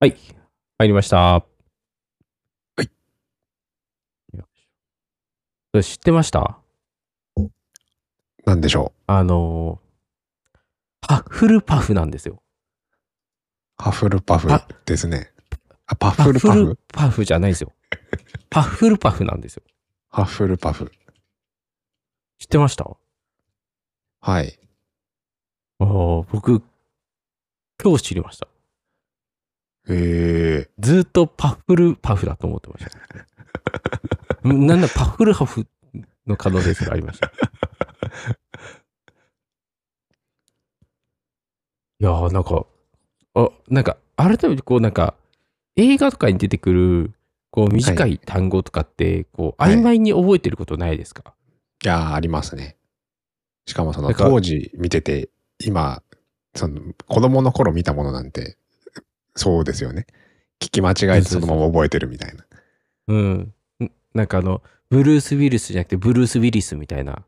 はい。入りました。はいいや。それ知ってましたなんでしょあのーパッフルパフなんですよ。う。ハッフルパフパですね。あ、パッフルパパッフフパフじゃない ですよ。パッフルパフなんですよ。ハッフルパフ。知ってましたはい。あー僕、今日知りました。ええずーっとパッフルパフだと思ってました。うんなんだ、パッフルハフの可能性すらありました。いやー、なんか、あ、なんか、改めてこう、なんか、映画とかに出てくる、こう、短い単語とかって、こう、はい曖昧に覚えてることないですか、いやー、ありますね。しかもそなのんか当時見てて、今、その子供の頃見たものなんて、そうですよね。聞き間違えてそそうそうそうのまま覚えてるみたいな。うん。んなんかあの、ブルース・ウィルスじゃなくて、ブルース・ウィリスみたいな、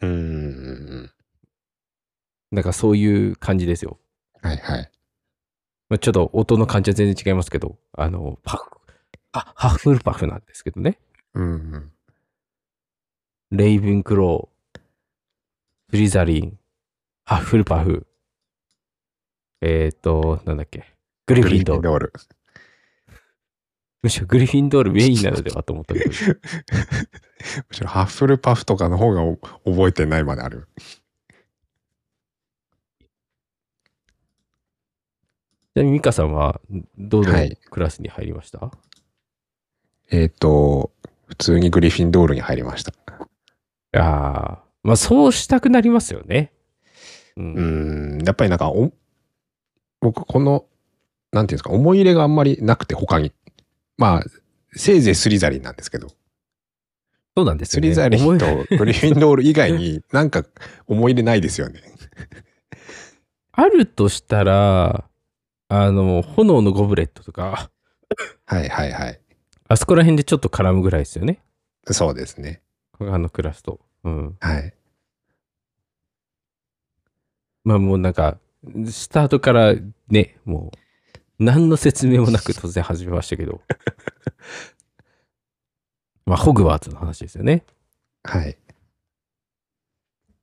うーん。なんかそういう感じですよ。はいはい。まあ、ちょっと音の感じは全然違いますけど、あの、パフ、あハッフルパフなんですけどね。うん。レイブンクロー、スリザリン、ハッフルパフ、えっ、ー、と、なんだっけ、グリフィンドール。ドール。むしろグリフィンドールメインなのではと思ったけど、 むしろハッフルパフとかの方がお覚えてないまである。ちなみにミカさんは、どのはいクラスに入りました、えっ、と、普通にグリフィンドールに入りました。ああ、まあそうしたくなりますよね。うん。うーん、やっぱりなんかお、僕この、なんていうんですか、思い入れがあんまりなくて、他に。まあ、せいぜいスリザリンなんですけど、そうなんですスよね。リザリン思いとグリフィンドール以外になんか思い入れないですよね。あるとしたら、あの、炎のゴブレットとか、はいはいはい。あそこら辺でちょっと絡むぐらいですよね。そうですね。あのクラスと。うん。はい。まあもうなんか、スタートからね、もう、何の説明もなく突然始めましたけど。 まあ、ホグワーツの話ですよね。はい。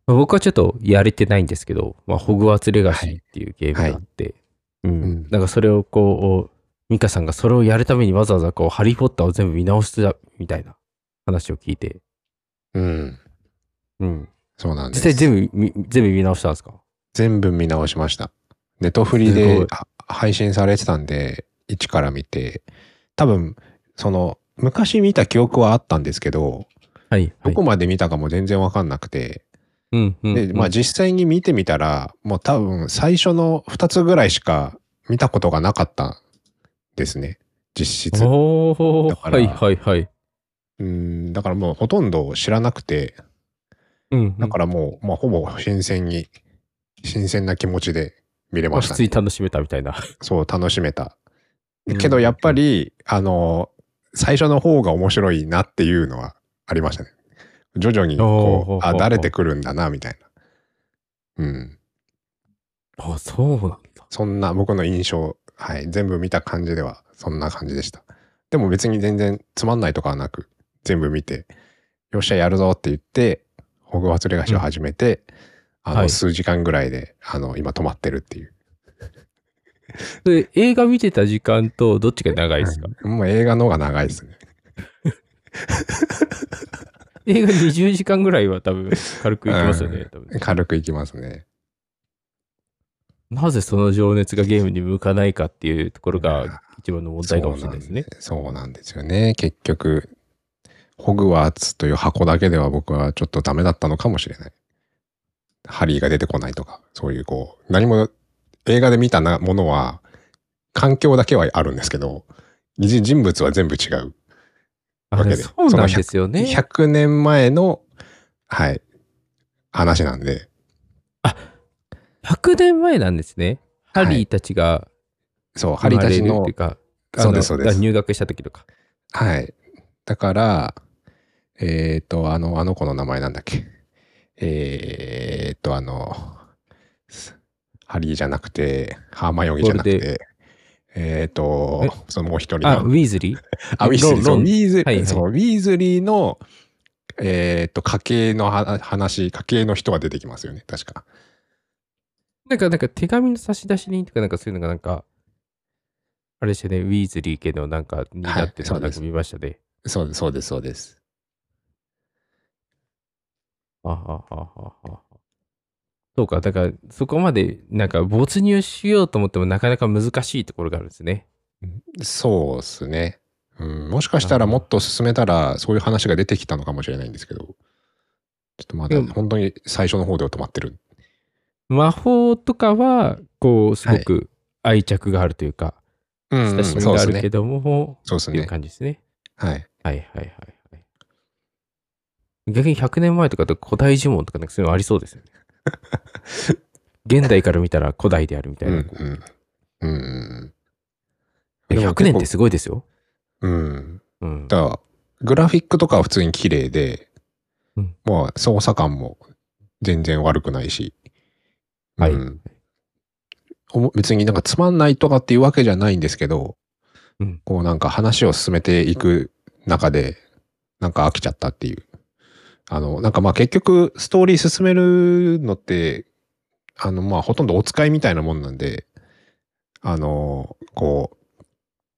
まあ僕はちょっとやれてないんですけど、まあ、ホグワーツレガシーっていうゲームがあって、うんうんなんかそれをこう、ミカさんがそれをやるためにわざわざこう、ハリー・ポッターを全部見直してたみたいな話を聞いて、うん。うん。そうなんで実す。際全部み、全部見直したんですか全部見直しました。ネトフリすごでいあ配信されてたんで、一から見て、多分、その、昔見た記憶はあったんですけど、はい。どこも、まで見たかも全然わかんなくて、うんうん、で、まあ実際に見てみたら、もう多分最初の2つぐらいしか見たことがなかったんですね。実質。おおだからはいはいはい。うん、だからもうほとんど知らなくて、うんだからもう、まあほぼ新鮮に、新鮮な気持ちで見れまあまし普た通ね。に楽しめたみたいな。そう、楽しめたうん。 けどやっぱり、あの、最初の方が面白いなっていうのはありましたね。徐々におーほうほこうう、ほあ、う慣れてくるんだな、みたいな。うん。あ、そうなんだ。そんな僕の印象、はい、全部見た感じではそんな感じでした。でも別に全然つまんないとかはなく、全部見て、よっしゃやるぞって言って、ホグワーツレガシーを始めて、あの、はい数時間ぐらいで、あの、今止まってるっていう。で、映画見てた時間とどっちが長いですか、もう映画の方が長いですね。映画20時間ぐらいは多分軽くいきますよね。多分軽くいきますね。なぜその情熱がゲームに向かないかっていうところいやが一番の問題かもしれないですね。そうなんですよね。結局、ホグワーツという箱だけでは僕はちょっとダメだったのかもしれない。ハリーが出てこないとか、そういうこう、何も映画で見たなものは、環境だけはあるんですけど、じ人物は全部違う。あれわけでそうなんですよね。 100年前の、はい、話なんで、 100年前なんですね。ハはいリーたちがそう、生ハリーまたれちるっのていう、か、そうあでのす、そうです。入学した時とか。はい。だから、えっ、と、あの、あの子の名前なんだっけ。えっ、と、あの、ハリーじゃなくて、ハーマヨギじゃなくゴてール、えっ、と、そのもう一人の。あ、ウィーズリーあ、ウィーズロリー。ンそロうウンィーズリー、はいはいそうウィーズリーの、えっ、と、家系のは話、家系の人が出てきますよね、確か。なんか、なんか手紙の差出人とか、なんかそういうのが、なんか、あれでしたね、ウィーズリー家のなんかになってたはいそのうなでんすか見ましたね。そうです、そうです、そうです。あはははは。そうか、だから、そこまで、なんか、没入しようと思っても、なかなか難しいところがあるんですね。そうですね。うん、もしかしたらもっと進めたら、そういう話が出てきたのかもしれないんですけど、ちょっとまだうん本当に最初の方では止まってる。魔法とかは、こう、すごく愛着があるというか、うん、うん親しみそうがであするけね。ども、そうですっていうね。感じですね。はい。はいはいはいはい。逆に100年前とかと古代呪文とかなんかそういうのありそうですよね。 現代から見たら古代であるみたういん、な。うん。うんうんえでも100年ってすごいですよ。うん。うん。だから、グラフィックとかは普通に綺麗で、うんまあ、操作感も全然悪くないし、はいうんおも別になんかつまんないとかっていうわけじゃないんですけど、うんこうなんか話を進めていく中で、なんか飽きちゃったっていう。あの、なんかまあ結局、ストーリー進めるのって、あの、まあほとんどお使いみたいなもんなんで、あの、こ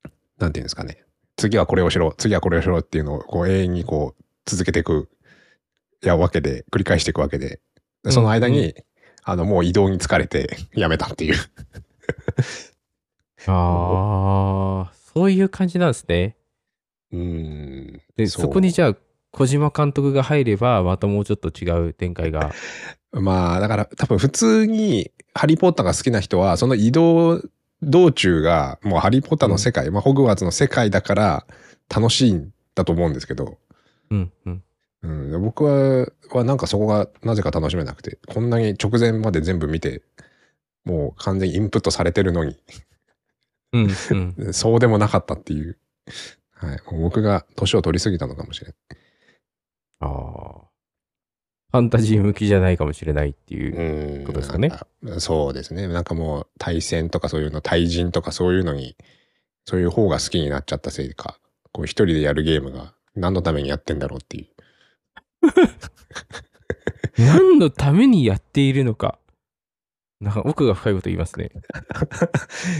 う、なんていうんですかね。次はこれをしろ、次はこれをしろっていうのをこう永遠にこう続けていく、や、わけで、繰り返していくわけで、でその間に、うんうあの、もう移動に疲れて やめたっていう。ああ、そういう感じなんですね。うん。で、そそうこにじゃあ、小島監督が入れば、またもうちょっと違う展開が。まあ、だから多分普通に、ハリーポッターが好きな人は、その移動道中が、もうハリーポッターの世界、まあ、ホグワーツの世界だから楽しいんだと思うんですけど、うんうん。うん、僕ははなんかそこがなぜか楽しめなくてこんなに直前まで全部見てもう完全にインプットされてるのにうんうん。 そうでもなかったっていう、はい、もう僕が年を取りすぎたのかもしれああ。ファンタジー向きじゃないかもしれないっていう。ないうんことですかねなんかそうですねなんかもう対戦とかそういうの対人とかそういうのにそういう方が好きになっちゃったせいかこう一人でやるゲームが何のためにやってんだろうっていう何のためにやっているのか。なんか奥が深いこと言いますね。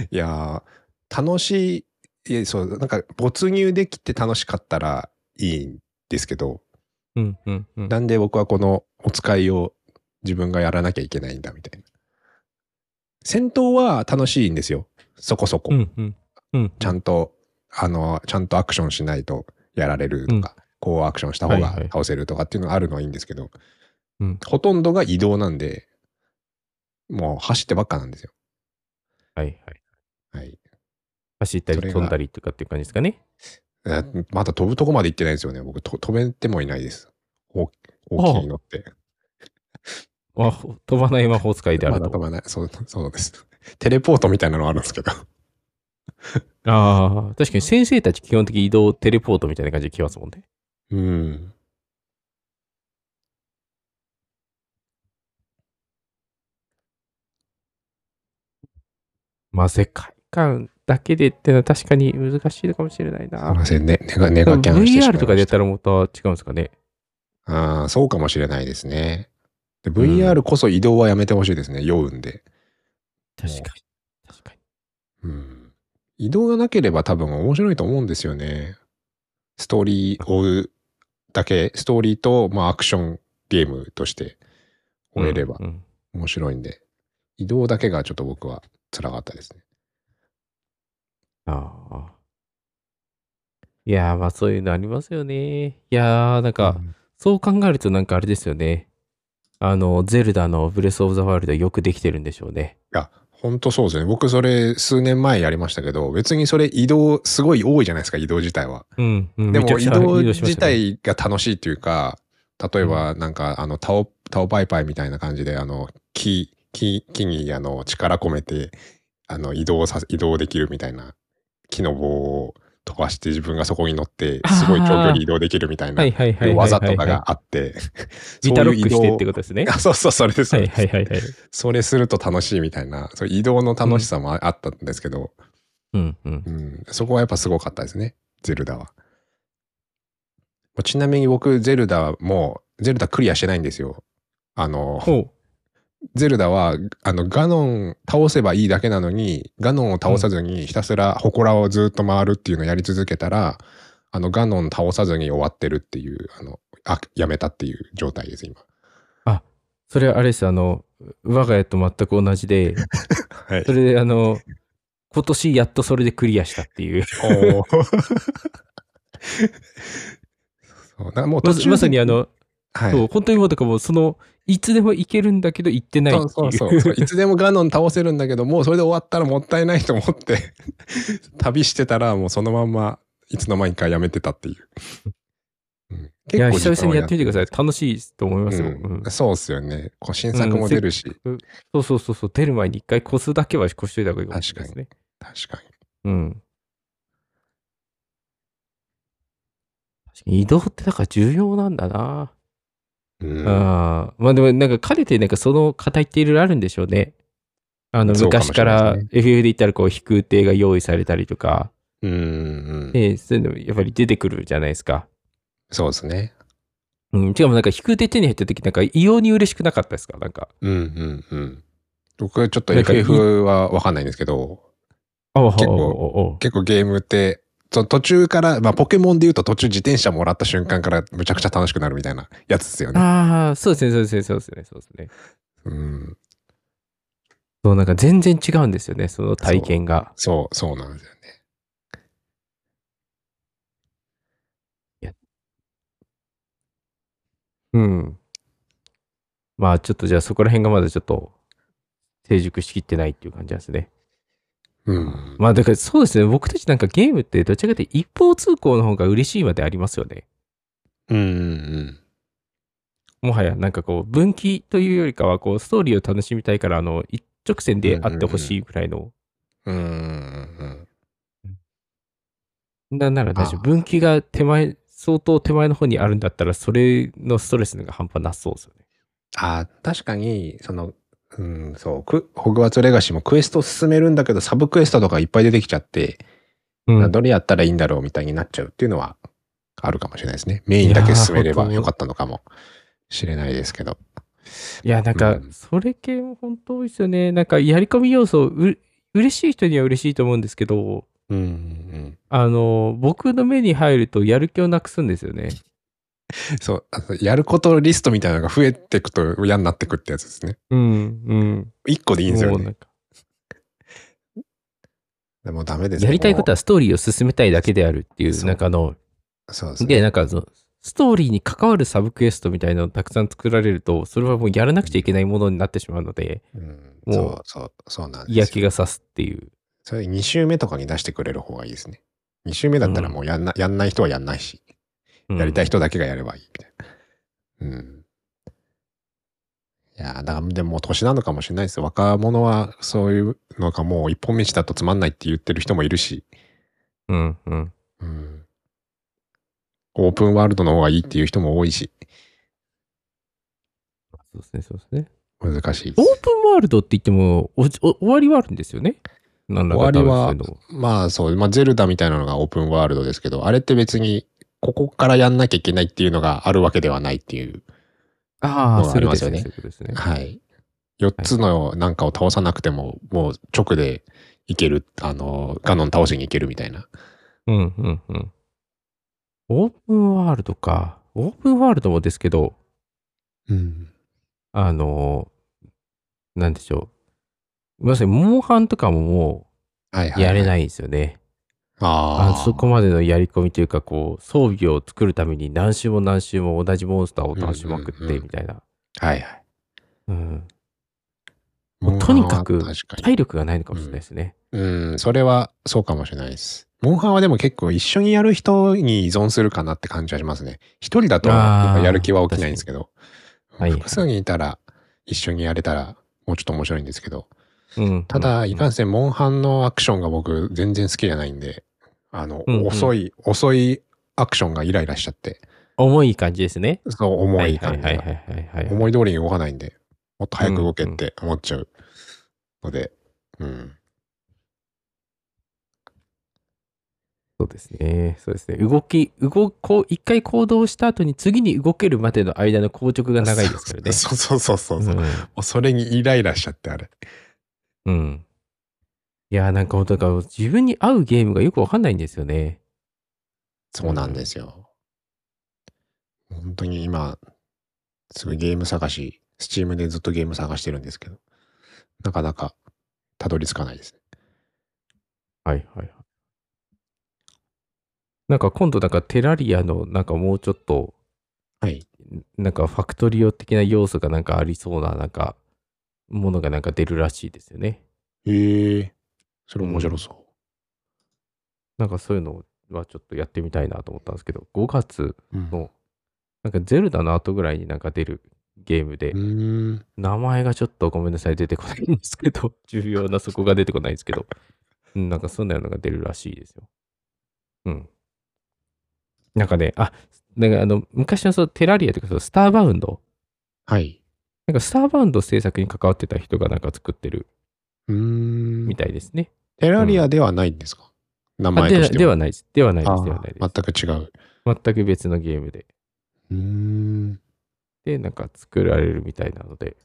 いやー楽しいいやそうなんか没入できて楽しかったらいいんですけどうんうんうん。なんで僕はこのお使いを自分がやらなきゃいけないんだみたいな戦闘は楽しいんですよそこそこ、うんうんうん。ちゃんとあのちゃんとアクションしないとやられるとか、こうアクションした方がはいはい倒せるとかっていうのがあるのはいいんですけど、うんほとんどが移動なんでもう走ってばっかなんですよはいはい。はい走ったりそれが飛んだりとかっていう感じですかね。えまだ飛ぶとこまで行ってないんですよね。僕、と飛べてもいないです。大大きいのって。あほ飛ばない魔法使いであまるだ飛と。ばない。そう、そうです。テレポートみたいなのあるんですけど。ああ、確かに先生たち基本的に移動テレポートみたいな感じで来ますもんね。うん。まあ世界観だけでってのは確かに難しいのかもしれないすいな。ませんね。ネガ、ネガキャンしてしまいま VR した。とかでやったらまた違うんですかね。ああ、そうかもしれないですね。でん VR こそ移動はやめてほしいですね。酔うんで。確かに。確かに。うん。移動がなければ多分面白いと思うんですよね。ストーリーを追うだけ、ストーリーと、まあ、アクションゲームとして終えれば。うんうん面白いんで、移動だけがちょっと僕は辛かったですね。ああ。いやー、まあそういうのありますよね。いやー、なんか、そう考えるとなんかあれですよね。あの、ゼルダのブレス・オブ・ザ・ワールドはよくできてるんでしょうね。いや、ほんとそうですね。僕それ数年前やりましたけど、別にそれ移動すごい多いじゃないですか、移動自体は。うん、うん、でめちゃもく移ちゃ動移動しま自したね体が楽しいというか、例えばなんかあのタオ、タオパイパイみたいな感じで、あの、木、木、木にあの力込めて、あの移動させ、移動できるみたいな、木の棒を飛ばして自分がそこに乗って、すごい長距離移動できるみたいなはいはいはいはいはいはい。技とかがあ って、ビタロック してってこことですね。あそうそう、それです。はいはいはいはい。それすると楽しいみたいな、そう移動の楽しさもああったんですけど、うんうんう。ん、そこはやっぱすごかったですね、ゼルダは。まあちなみに僕、ゼルダも、ゼルダクリアしてないんですよ。あの、ほゼルダは、あの、ガノン倒せばいいだけなのに、ガノンを倒さずにひたすら祠をずっと回るっていうのをやり続けたら、あの、ガノン倒さずに終わってるっていう、あの、あ、やめたっていう状態です、今。う。それはあれです、あの、我が家と全く同じで、はいそ。れであの、 今年やっとそれでクリアしたっていう。 おーそうなもまう途さ中まさにあの、はい、そう、本当にもうだからもうその、いつでも行けるんだけど行ってないっていそうそうそうそう。いつでもガノン倒せるんだけど、もうそれで終わったらもったいないと思って、 旅してたら、もうそのまんま、いつの間にかやめてたっていう。うんいや、時久間々にやってみてください。は楽しいと思いますよ。うんうんそうっすよね。こう新作も出るし、そうそうそうそう、出る前に一回個数だけは越しといた方がいいかもしれないですね。確かに。うん。確かに移動ってだから重要なんだな。うん、ああまあでもなんか彼ってなんかその課いっていろいろあるんでしょうね。あのそうかも昔しかれないらです FF で言ったらこう飛空艇が用意されたりとか、うんうんえそういうのもやっぱり出てくるじゃないですか。そうですね。うん、しかもなんか飛空艇手に入った時なんか異様に嬉しくなかったですかなんか。うんうんうん。僕はちょっとなんか FF はわかんないんですけど、ああ、結構ああああ結構ゲームって、その途中から、まあ、ポケモンで言うと途中自転車もらった瞬間からむちゃくちゃ楽しくなるみたいなやつですよね。ああ、そうですね、そうですね、そうですね、そうですね。うん、そう、なんか全然違うんですよね、その体験が。そう、そうなんですよね。うん。まあ、ちょっとじゃあそこら辺がまだちょっと成熟しきってないっていう感じなんですね。うん。まあ、だからそうですね、僕たちなんかゲームってどちらかというと一方通行の方が嬉しいまでありますよね。うんうんもはや、なんかこう、分岐というよりかは、こう、ストーリーを楽しみたいから、あの、一直線であってほしいぐらいの、うん。うんうんなんなら大丈夫。あ分岐が手前、相当手前の方にあるんだったら、それのストレスが半端なさそうですよね。あー確かに、その、うん、そう、クホグワーツレガシーもクエスト進めるんだけど、サブクエストとかいっぱい出てきちゃって、うんどれやったらいいんだろうみたいになっちゃうっていうのはあるかもしれないですね。メインだけ進めれいやばーよかったのかもしれないですけど。いや、なんかう、んそれ系も本当多いですよね。なんか、やり込み要素、う、嬉しい人には嬉しいと思うんですけど、うんうんあの、僕の目に入るとやる気をなくすんですよね。うん。そう、あとやることリストみたいなのが増えてくと嫌になってくってやつですね。うん、うん。一個でいいんですもようねな。んかでもうダメですやりたいことは。はストーリーを進めたいだけであるっていう、そうなんかあの、そうですね。で、なんかその、ストーリーに関わるサブクエストみたいなのをたくさん作られると、それはもうやらなくちゃいけないものになってしまうので、うんもうそうそう、そうなんですよ嫌気がさすっていう。それ2週目とかに出してくれる方がいいですね。2週目だったらもうやんな、やんない人はやんないし、うんやりたい人だけがやればいいみたいな。うん。いやーだからでももう年なのかもしれないですよ。若者はそういうのがもう一本道だとつまんないって言ってる人もいるし、うん、うん。うん。オープンワールドの方がいいっていう人も多いし、そうですね、そうですね。難しいでオす。ープンワールドって言ってもおじお終わりはあるんですよね。なんだか終わ多分そういうりはのもまあそう、まあゼルダみたいなのがオープンワールドですけど、あれって別にここからやんなきゃいけないっていうのがあるわけではないっていうああ、のがそあういりうことまですすね。よねそういうことですね。はい。4つのなんかを倒さなくても、もう直でいける、あの、ガノン倒しにいけるみたいな。うんうんうん。オープンワールドか。オープンワールドもですけど、うん。あのーなんでしょう。まさに、モンハンとかももはいはうい。。やれないいんですよね。ああ。あそこまでのやり込みというか、こう、装備を作るために何周も何周も同じモンスターを倒しまくうんうんってうんみたいな。はいはい。うん。もうとにかく確かに。体力がないのかもしれないですね。うん、それはそうかもしれないです。モンハンはでも結構一緒にやる人に依存するかなって感じはしますね。一人だとあーやっぱやる気は起きないんですけど、かにはい複数人いたら一緒にやれたらもうちょっと面白いんですけど、うん。ただ、うんいかんせん、モンハンのアクションが僕、全然好きじゃないんで、あの、うんうん遅い、遅いアクションがイライラしちゃって、重い感じですね。そう、重い感じはいはが。いはいはい、はい。思い通りに動かないんで、もっと早く動けって思っちゃうので、うん。そうですね。そうですね。動き、動こう、一回行動した後に次に動けるまでの間の硬直が長いですからね。 そうそうそうそうそう。もうそれにイライラしちゃって、あれ。うん。うんいやーなんか本当なんか自分に合うゲームがよくわかんないんですよね。そうなんですよ。本当に今、すごいゲーム探し、スチームでずっとゲーム探してるんですけど、なかなかたどり着かないですね。はいはいはい。なんか今度なんかテラリアのなんかもうちょっとはい。なんかファクトリオ的な要素がなんかありそうななんかものがなんか出るらしいですよね。へえ。それ面白そう。なんかそういうのはちょっとやってみたいなと思ったんですけど、5月うんのなんかゼルダの後ぐらいになんか出るゲームでう、ーん。名前がちょっとごめんなさい出てこないんですけ ど、重要なそこが出てこないんですけど、うんなんかそんなのが出るらしいですよ。うん。なんかね、あ、なんかあの、昔のそのテラリアとかそのスターバウンド、はい。なんかスターバウンド制作に関わってた人がなんか作ってるうーんみ。たいですね。テラリアではないんですか、名あ前とでしては。ではないです。ではないであす。ではないです。ー全く違う。全く別のゲームで。うーん。で、なんか作られるみたいなので、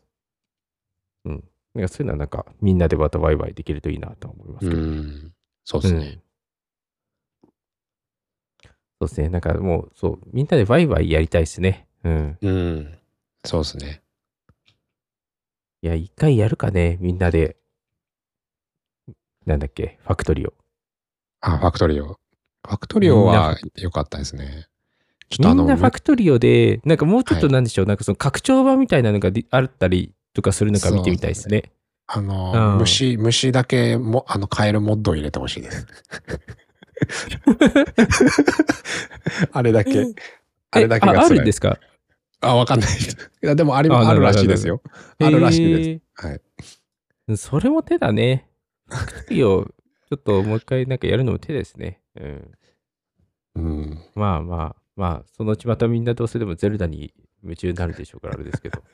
うん。なんかそういうのはなんかみんなでまたワイワイできるといいなとは思いますうけど。ん。そうですね。そうですね。なんかもう、そう、みんなでワイワイやりたいですね。うん。うん。そうですね。いや、一回やるかね、みんなで。なんだっけ、ファクトリオ。あ、ファクトリオ。ファクトリオは良かったですね。ちょっとあみの、んなファクトリオで、なんかもうちょっとはいなんでしょう、なんかその拡張版みたいなのがであったりとかするのか見てみたいですね。あうの、ん虫、虫だけも、あの、カエルモッドを入れてほし いです。あれだけ、あれだけえあがあ辛いるんですかあ、わかんない。 いや、でもありあなるほどあるらしいですよ。あるらしいです。へはい。ーそれも手だね。ファクトリオ、 ちょっともう一回なんかやるのも手ですね。うん。うん。まあまあまあ、そのうちまたみんなどうせでもゼルダに夢中になるでしょうから、あれですけど。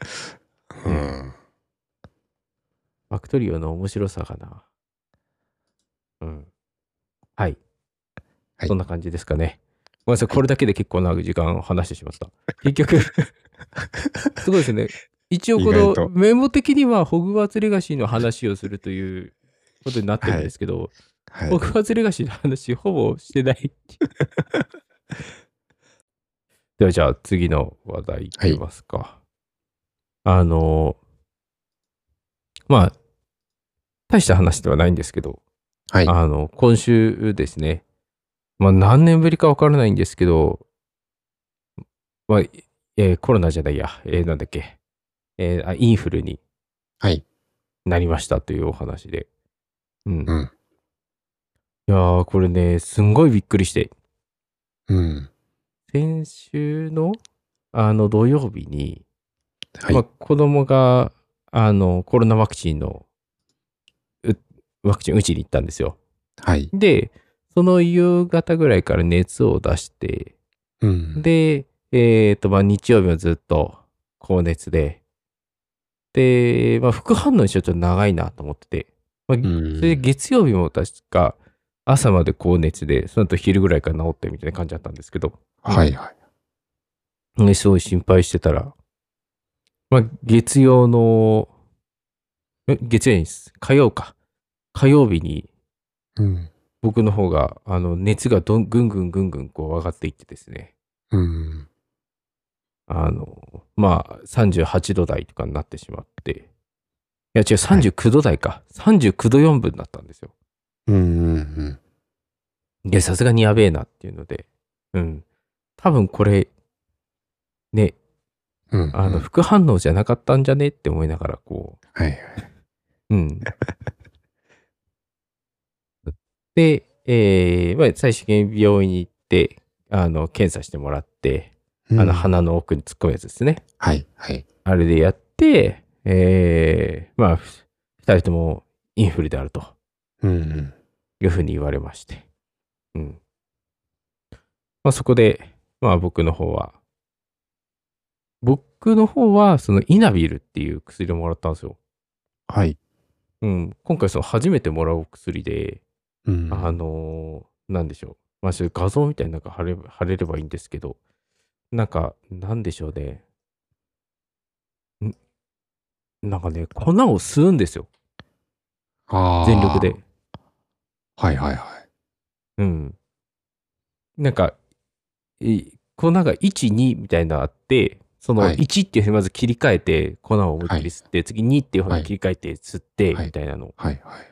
う。うんファクトリオの面白さかな。うん。はい。はいそんな感じですかね。ごめんなさい、これだけで結構な時間を話してしまった。結局、 すごいですね。一応こ意外とのメモ的にはホグワーツレガシーの話をするということになってるんですけど、はいホ。グワーツレガシーの話ほぼしてない ではじゃあ次の話題いきますか。あの、まあ、大した話ではないんですけど、はい。あの、今週ですね、まあ何年ぶりかわからないんですけど、まあ、えーコロナじゃないや、えーなんだっけ、えーあ、インフルにはい。なりましたというお話で。うん。うんいやー、これね、すんごいびっくりして、うん。先週の、あの、土曜日に、はいまあ、。子供が、あの、コロナワクチンの、うワクチン打ちに行ったんですよ。はい。で、その夕方ぐらいから熱を出して、うん。で、えっ、と、まあ、日曜日もずっと高熱で、で、まあ、副反応にしようと長いなと思ってて、まあ、うんそれで月曜日も確か朝まで高熱で、その後昼ぐらいから治ってみたいな感じだったんですけど、はい。はい。ねすごい心配してたら、まあ、月曜の、え月曜日です。火曜か。火曜日にうん。僕の方が、あの、熱がどんぐんぐんぐんぐんこう上がっていってですね、うん。あの、まあ、38度台とかになってしまって、いや違う、39度台か。39度4分だったんですよ。うん。うん。いや、さすがにやべえなっていうので、うん。多分これ、ね、うん。あの、副反応じゃなかったんじゃねって思いながら、こはい。う、うん。 で、えーまあ、最終的に病院に行って、あの、検査してもらって、あうんの、鼻の奥に突っ込むやつですね。はい。はい。あれでやって、えーまあ、ふ二人ともインフルであるとうん。いうふうに言われまして。うん。まあ、そこで、まあ、僕の方は、僕の方は、その、イナビルっていう薬をもらったんですよ。はい。うん。今回、その、初めてもらうお薬で、うん。あのーなんでしょまあ、ちょっと画像みたいなのが貼れ貼れればいいんですけど、なんか、なんでしょうね。んなんかね、粉を吸うんですよ。ああ。全力で。。はいはいはい。うん。なんか、い粉が1、2みたいなのあって、そのはい1っていうふうにまず切り替えて、粉を思いっきり吸って、次2っていうふうはにい切り替えて吸って、はいみたいなのはいはいはい。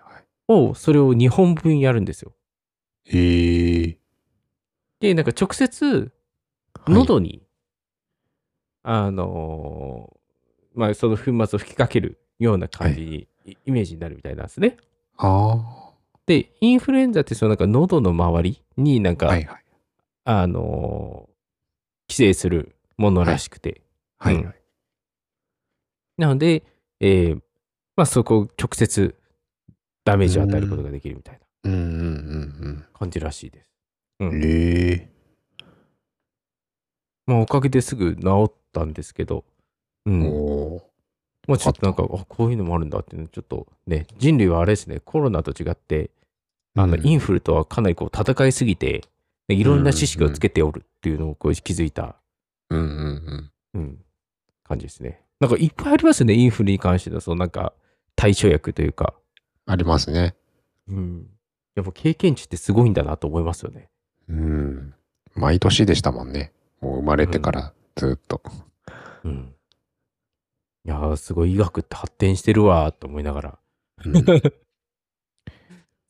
を、それを2本分やるんですよ。へえ。で、なんか直接、はい喉に、あのーまあ、その粉末を吹きかけるような感じに、イイメージになるみたいなんですね。あで、インフルエンザって、そのなんか喉の周りになんあ。か、はいはい。あのー寄生するものらしくて。はうんいはい。なので、えーまあ、そこを直接ダメージを与えることができるみたいなうんうんうん感じらしいです。うん。へえ。まあ、おかげですぐ治ったんですけど、うん。おーまあ、ちょっとなんか、あこういうのもあるんだっていうの、ちょっとね、人類はあれですね、コロナと違って、あの、うんインフルとはかなりこう戦いすぎて、ねいろんな知識をつけておるっていうのをこう気づいた、うんうんうん。うん、感じですね。なんかいっぱいありますよね、インフルに関しての、そのなんか、対処薬というか。ありますね。うん。やっぱ経験値ってすごいんだなと思いますよね。うん。毎年でしたもんね。もう生まれてからずっと。うん。いやー、すごい医学って発展してるわーと思いながら、うん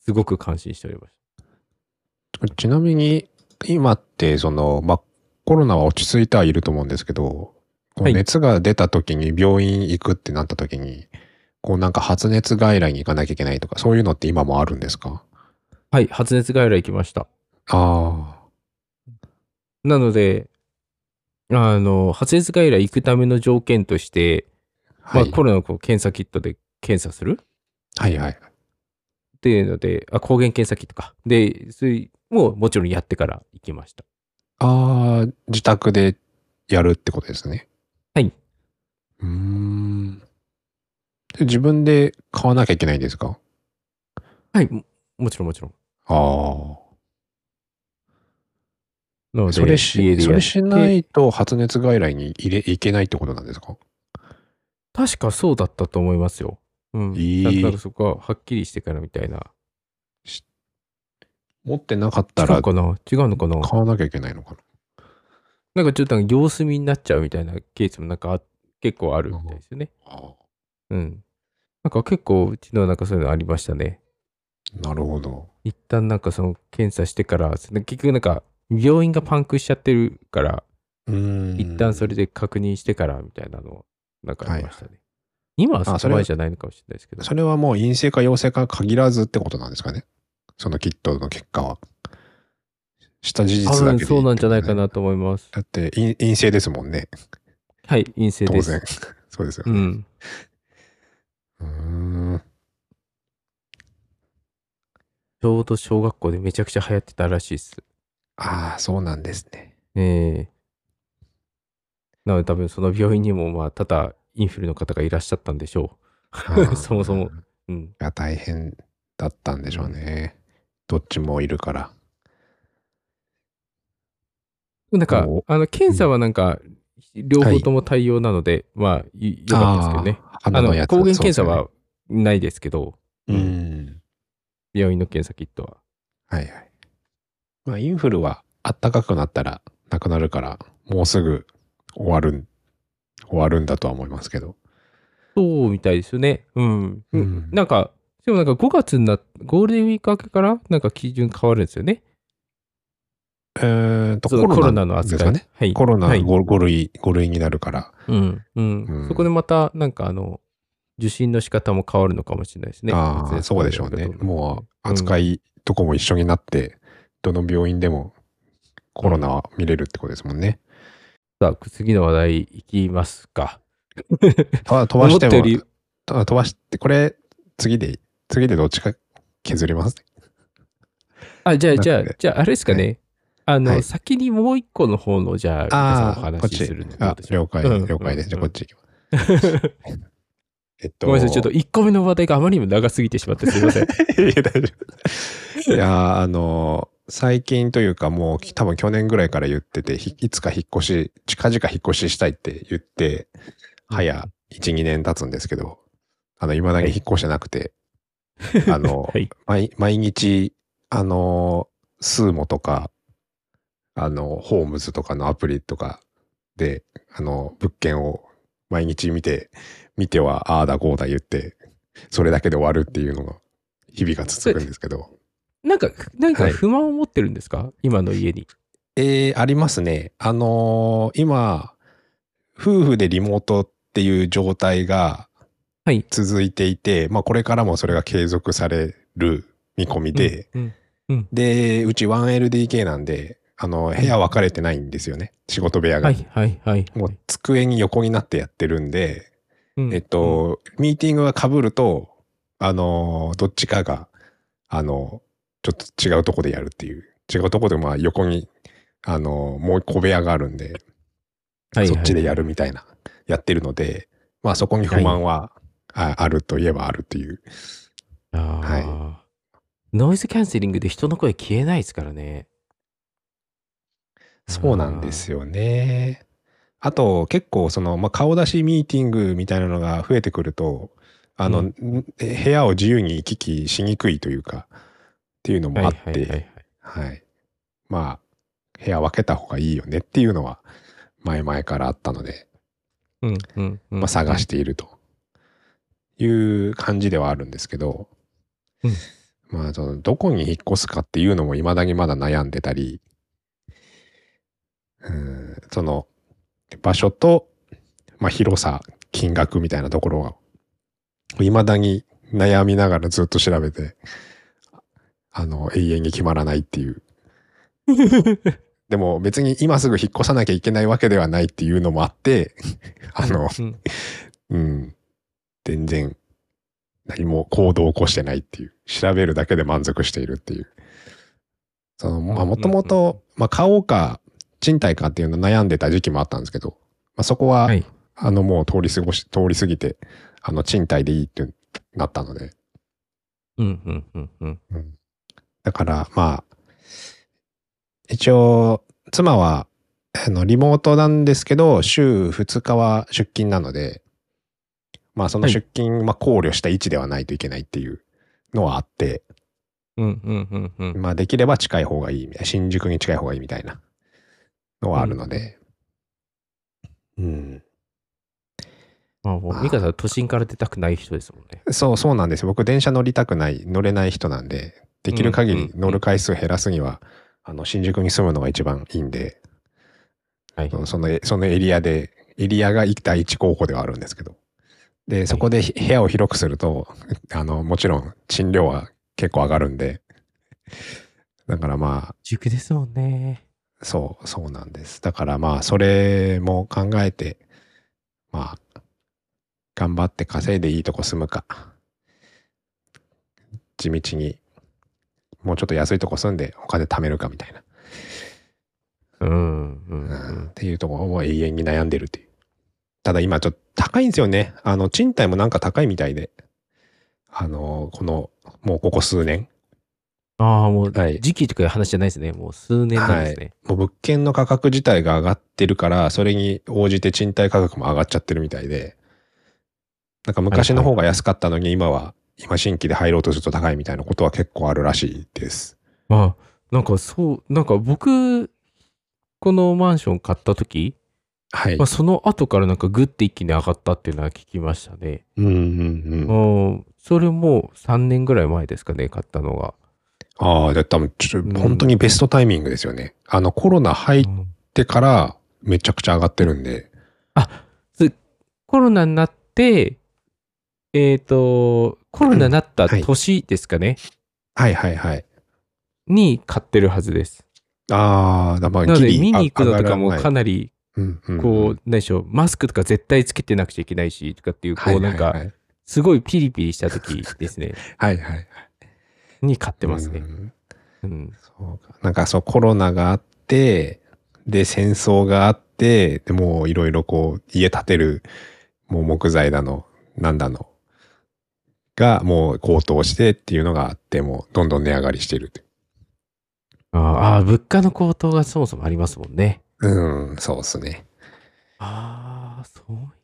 すごく感心しておりましちなみに、今って、その、まあ、コロナは落ち着いてはいると思うんですけど、こはうい熱が出た時に病院行くってなった時に、こうなんか発熱外来に行かなきゃいけないとか、そういうのって今もあるんですかた。はい、発熱外来行きました。あなので、あの、発熱外来行くための条件として、あ、はい、まあ、コロナをこう検査キットで検査するはいはい。っていうので、あ抗原検査キットか。で、それももちろんやってから行きました。ああ、自宅でやるってことですね。はい。うーん。で自分で買わなきゃいけないんですかはい、ももちろんもちろん。ああ。なので、それ家し、でやっそれてしないと発熱外来に入れ、行けないってことなんですか確かそうだったと思いますよ。うん。えーなんとなくそこははっきりしてからみたいな。持ってなかった違らうかな違うのかな買わなきゃいけないのかなんかちょっとなんか様子見になっちゃうみたいなケースもなんかあ結構あるみたいですよね。な。あうん。なんか結構うちのはなんかそういうのありましたね。あなるほど。一旦なんかその検査してからその結局なんか病院がパンクしちゃってるからうーん一旦それで確認してからみたいなのはなんかありましたね、今はあそそこれまでじゃないのかもしれないですけどそれはもう陰性か陽性か限らずってことなんですかね。そのキットの結果は。した事多実分だけでいいってことそうなんじゃないかね。なと思いますだって陰陰性ですもんね。はい陰性当です然。 そうですようね。んうーん。ちょうど小学校でめちゃくちゃ流行ってたらしいですああ、そうなんですね。ええなので多分その病院にもまあただインフルの方がいらっしゃったんでしょあ ーそもそもいうんや、大変だったんでしょうね。どっちもいるから。なんかおあの検査はなんか両方とも対応なので、まあいよかったですけどねあー。あ鼻ののやつ抗原検査そうはないですけど、ですよね。うん。病院の検査キットは。はいはい。まあ、インフルは暖かくなったらなくなるから、もうすぐ終わるん、終わるんだとは思いますけど。そうみたいですよね。うん。うんなんか、でもなんか5月になっゴールデンウィーク明けからなんか基準変わるんですよね。えーと、そのコロナのです扱い。かね。はい。コロナはい、 5, 五類、五類になるから。うん、うんうんそこでまた、なんかあの、受診の仕方も変わるのかもしれないですね。ああ、そうでしょうね。もう扱い、いとこも一緒になって、どの病院でもコロナは見れるってことですもんね。うんさあ、次の話題いきますか。た飛ばし思てったよもり、た飛ばして、これ、次で、次でどっちか削ります。あ、じゃあ、なんかじゃあね、じゃあ、あれですかね。あの、はい先にもう一個の方の、じゃあ、皆さんおこっ話しちするのどうあでしょう、了解、うん了解です。じゃあ、うんこっち行きます。 えっと、ごめんなさい、 ちょっと1個目の話題があまりにも長すぎてしまってすいません。いや、大丈夫。いや、あの、最近というかもう多分去年ぐらいから言ってて、ひいつか引っ越し、近々引っ越ししたいって言って、 早1、2年経つんですけど、あの、未だに引っ越してな くて、あの、はい。毎毎日、あの、スーモとか、あの、ホームズとかのアプリとかで、あの、物件を毎日見て、見ては、ああだこうだ言って、それだけで終わるっていうのが、日々が続くんですけど。なんか、なんかはい不満を持ってるんですか、今の家に。えーありますね。あのー今、夫婦でリモートっていう状態がはい続いていて、まあこれからもそれが継続される見込みで、うん、で、うち 1LDK なんで、あの、部屋分かれてないんですよね。仕事部屋が。はいはいはい。もう机に横になってやってるんで、うんえっ、と、ミーティングが被ると、あの、どっちかが、あの、ちょっと違うとこでやるっていう。違うとこで、まあ横に、あの、もう一個部屋があるんで、うんそっちでやる。みたいな、やってるので、まあそこに不満は、ああるといえばあるっていう。はいはいはいあーノイズキャンセリングで人の声消えないですからね。そうなんですよね。あと結構その、まあ、顔出しミーティングみたいなのが増えてくるとあの、うえ部屋を自由に行き来しにくいというかっていうのもあって、ははいいはいはいはいまあ部屋分けた方がいいよねっていうのは前々からあったので、うんうんうんまあ、探しているという感じではあるんですけど、うんまあそのどこに引っ越すかっていうのも未だにまだ悩んでたり、うん、その場所と、まあ、広さ金額みたいなところが未だに悩みながらずっと調べてあの永遠に決まらないっていう。でも別に今すぐ引っ越さなきゃいけないわけではないっていうのもあって、 あの、うんうん。全然、何も行動を起こしてないっていう。調べるだけで満足しているっていう。その、まあ、うんうんもともと、まあ、買おうか、賃貸かっていうの悩んでた時期もあったんですけど、まあ、そこは、はいあの、もう通り過ごし、通り過ぎて、あの、賃貸でいいってなったので、うんうんうんうんだから、まあ、一応、妻は、あの、リモートなんですけど、週2日は出勤なので、まあ、そのはい出勤、まあ、考慮した位置ではないといけないっていうのはあって、うんうんうんうんまあ、できれば近い方がいいみたいな、新宿に近い方がいいみたいなのはあるので、うん。まあもまう、あミカさん都心から出たくない人ですもんね。そう、そうなんですよ。僕、電車乗りたくない、乗れない人なんで、できる限うんうんりうん乗る回数減らすには、あの、新宿に住むのが一番いいんで、はい。そのそのえそのエリアで、エリアが第一候補ではあるんですけど。で、そこでひ部屋を広くすると、 あの、もちろん賃料は結構上がるんで。だからま塾ですもんね。あ、そう、そうなんです。だからまあ、それも考えて、まあ、頑張って稼いでいいとこ住むか、地道に、もうちょっと安いとこ住んでお金貯めるかみたいな、うんううんっんていうところを永遠に悩んでるっていう。ただ今ちょっと高いんですよね。あの、賃貸もなんか高いみたいで。あの、この、もうここ数年。うん。ああ、もう、はい時期とかいう話じゃないですね。もう数年なんですね。もう物件の価格自体が上がってるから、それに応じて賃貸価格も上がっちゃってるみたいで。なんか昔の方が安かったのに今は、今新規で入ろうとすると高いみたいなことは結構あるらしいです。まあ、なんかそう、なんか僕、このマンション買った時、はい。まあ、その後からなんかグッて一気に上がったっていうのは聞きましたね。うんうんううん。ん。それも3年ぐらい前ですかね、買ったのが。ああ、で多分ちょっうんと本当にベストタイミングですよね。あのコロナ入っうんてからめちゃくちゃ上がってるんで。つコロナになって、えっ、と、コロナになった年ですかね、はいはいはい。に買ってるはずです。ああ、だまあなのギでリ見に行くのとかあも上がからなないりうんうんうんこう、何でしょう、マスクとか絶対つけてなくちゃいけないし、とかっていう、はいこはういはないんか、すごいピリピリした 時ですね、はいはい。っに買ってますね。うん。そうか。なんかそうコロナがあって、で戦争があって、でもういろいろこう家建てる、もう木材だの、なんだの、がもう高騰してっていうのがあって、もうどんどん値上がりしてるって。あーあー、物価の高騰がそもそもありますもんね。うん、そうっすね。ああ、そ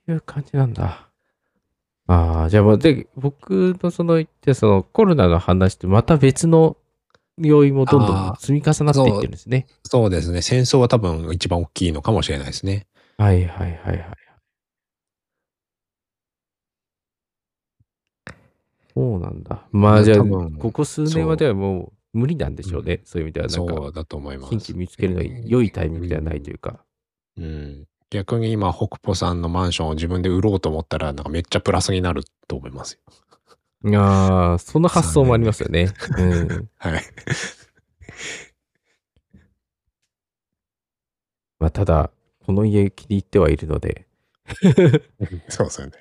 ういう感じなんだ。ああ、じゃあもう、で、僕のその言って、そのコロナの話ってまた別の要因もどんどんあー積み重なっていってるんですね。そうですね。戦争は多分一番大きいのかもしれないですね。はいはいはいはい。そうなんだ。まいあやじゃあ多、分ここ数年はではもう無理なんでしょうね。そういう意味ではなんそか、うだと思います。新規見つけるのに良いタイミングではないというか。うん。逆に今、北ポさんのマンションを自分で売ろうと思ったら、なんかめっちゃプラスになると思いますよ。ああ、その発想もありますよね。うん。はい。まあただ、この家気に入ってはいるので、 そうですよね。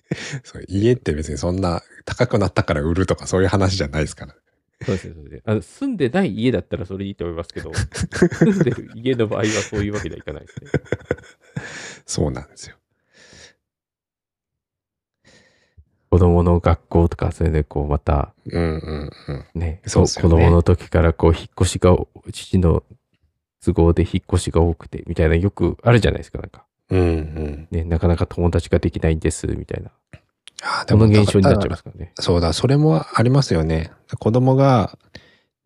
そう家って別にそんな高くなったから売るとかそういう話じゃないですから。そうですね、そうですねあの住んでない家だったらそれいいと思います けど、住んでる家の場合はそういうわけにはいかないですね。そうなんですよ。子供の学校とか、それでこう、また、うんうんうん。ね、そうそうっすよね子供の時からこう、引っ越しが、父の都合で引っ越しが多くて、みたいな、よくあるじゃないですか、なんか。うんうん。ね、なかなか友達ができないんです、みたいな。あーこの現象になっちゃいま。だすからねか。らそうだ、それもありますよね。子供が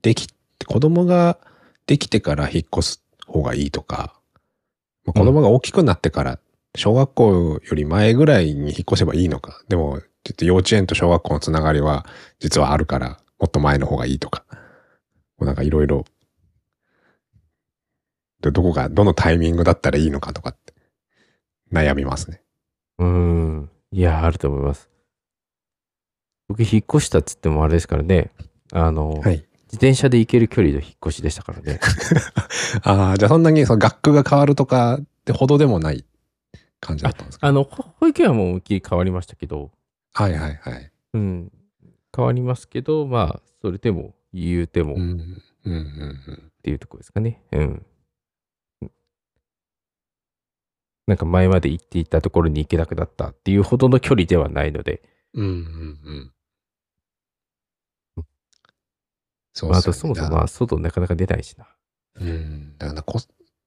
でき、子供ができてから引っ越す方がいいとか、まうあん子供が大きくなってから、小学校より前ぐらいに引っ越せばいいのか。でも、ちょっと幼稚園と小学校のつながりは実はあるから、もっと前の方がいいとか。もうなんかいろいろ、でどこが、どのタイミングだったらいいのかとかって悩みますね。うん。いや、あると思います。僕、引っ越したっつってもあれですからね。あの、はい。自転車で行ける距離の引っ越しでしたから ね。ああ、じゃあそんなにその学区が変わるとかってほどでもない感じだったんですかあの、ほ保育園はもう思いっきり変わりましたけど、はいはいはい。うん、変わりますけど、まあ、それでも、言うてもうんっうんうんていうところですかね。うん。なんか前まで行っていたところに行けなくなったっていうほどの距離ではないので、うん。うんうんうん。そうまあ、っあすとそもよねそもまあ外なかなか出ないしな。うん。だからこ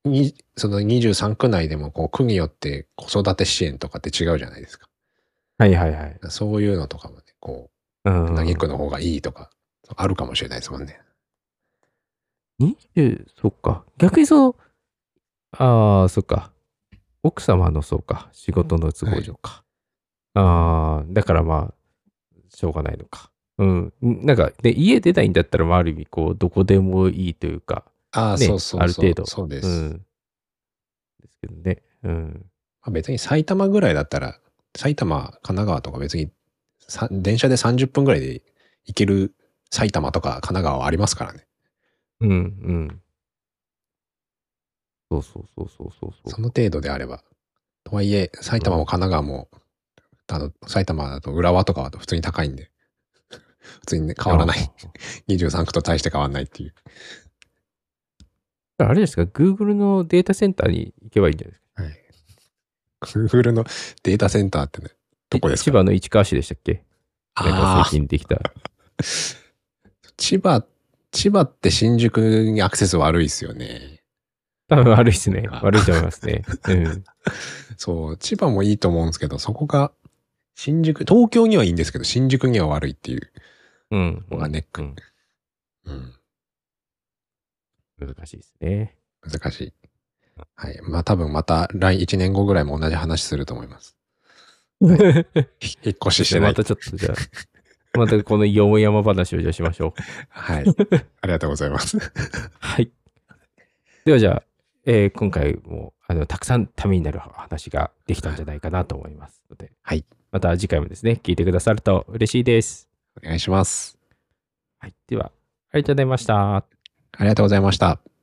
にその23区内でもこう区によって子育て支援とかって違うじゃないですか。はいはいはい。そういうのとかもね、こうう、何ん。区の方がいいとか、あるかもしれないですもんね。 20、そっか。逆にその、ああ、そっか。奥様の、そうか。仕事の都合上か。ああ、だからまあ、しょうがないのか。うん。なんか、ね、家出ないんだったら、まあ、ある意味、こう、どこでもいいというか。ああ、ねそうそうそう。ある程度そうです。うん。ですけどね。うん。まあ、別に埼玉ぐらいだったら、埼玉、神奈川とか別にさ電車で30分ぐらいで行ける埼玉とか神奈川はありますからね。うん、うん。そうそうそうそうそうそ。そうの程度であれば。とはいえ、埼玉も神奈川も、あの、埼玉だと浦和とかだと普通に高いんで、 普通にね、変わらない。23区と大して変わらないっていう。あー。あれですか、Google のデータセンターに行けばいいんじゃないですか。はい。Google のデータセンターってね、どこですか千葉の市川市でしたっけなんあかー最近できた。千葉、千葉って新宿にアクセス悪いですよね。多分悪いですね。あ悪いと思いますね。うん。そう、千葉もいいと思うんですけど、そこが、新宿、東京にはいいんですけど、新宿には悪いっていう。うん。ここがネックうんうん、難しいですね。難しい。はい。まあ多分また来1年後ぐらいも同じ話すると思います。 はひ引っ越ししてなまいた。ちょっとじゃあ、またこのよもやま話をじゃあしましょう。はい。ありがとうございます。はい。ではじゃあ、えー今回もあのたくさんためになる話ができたんじゃないかなと思いますので、はい、また次回もですね、聞いてくださると嬉しいです。お願いします。はい、では、ありがとうございました。ありがとうございました。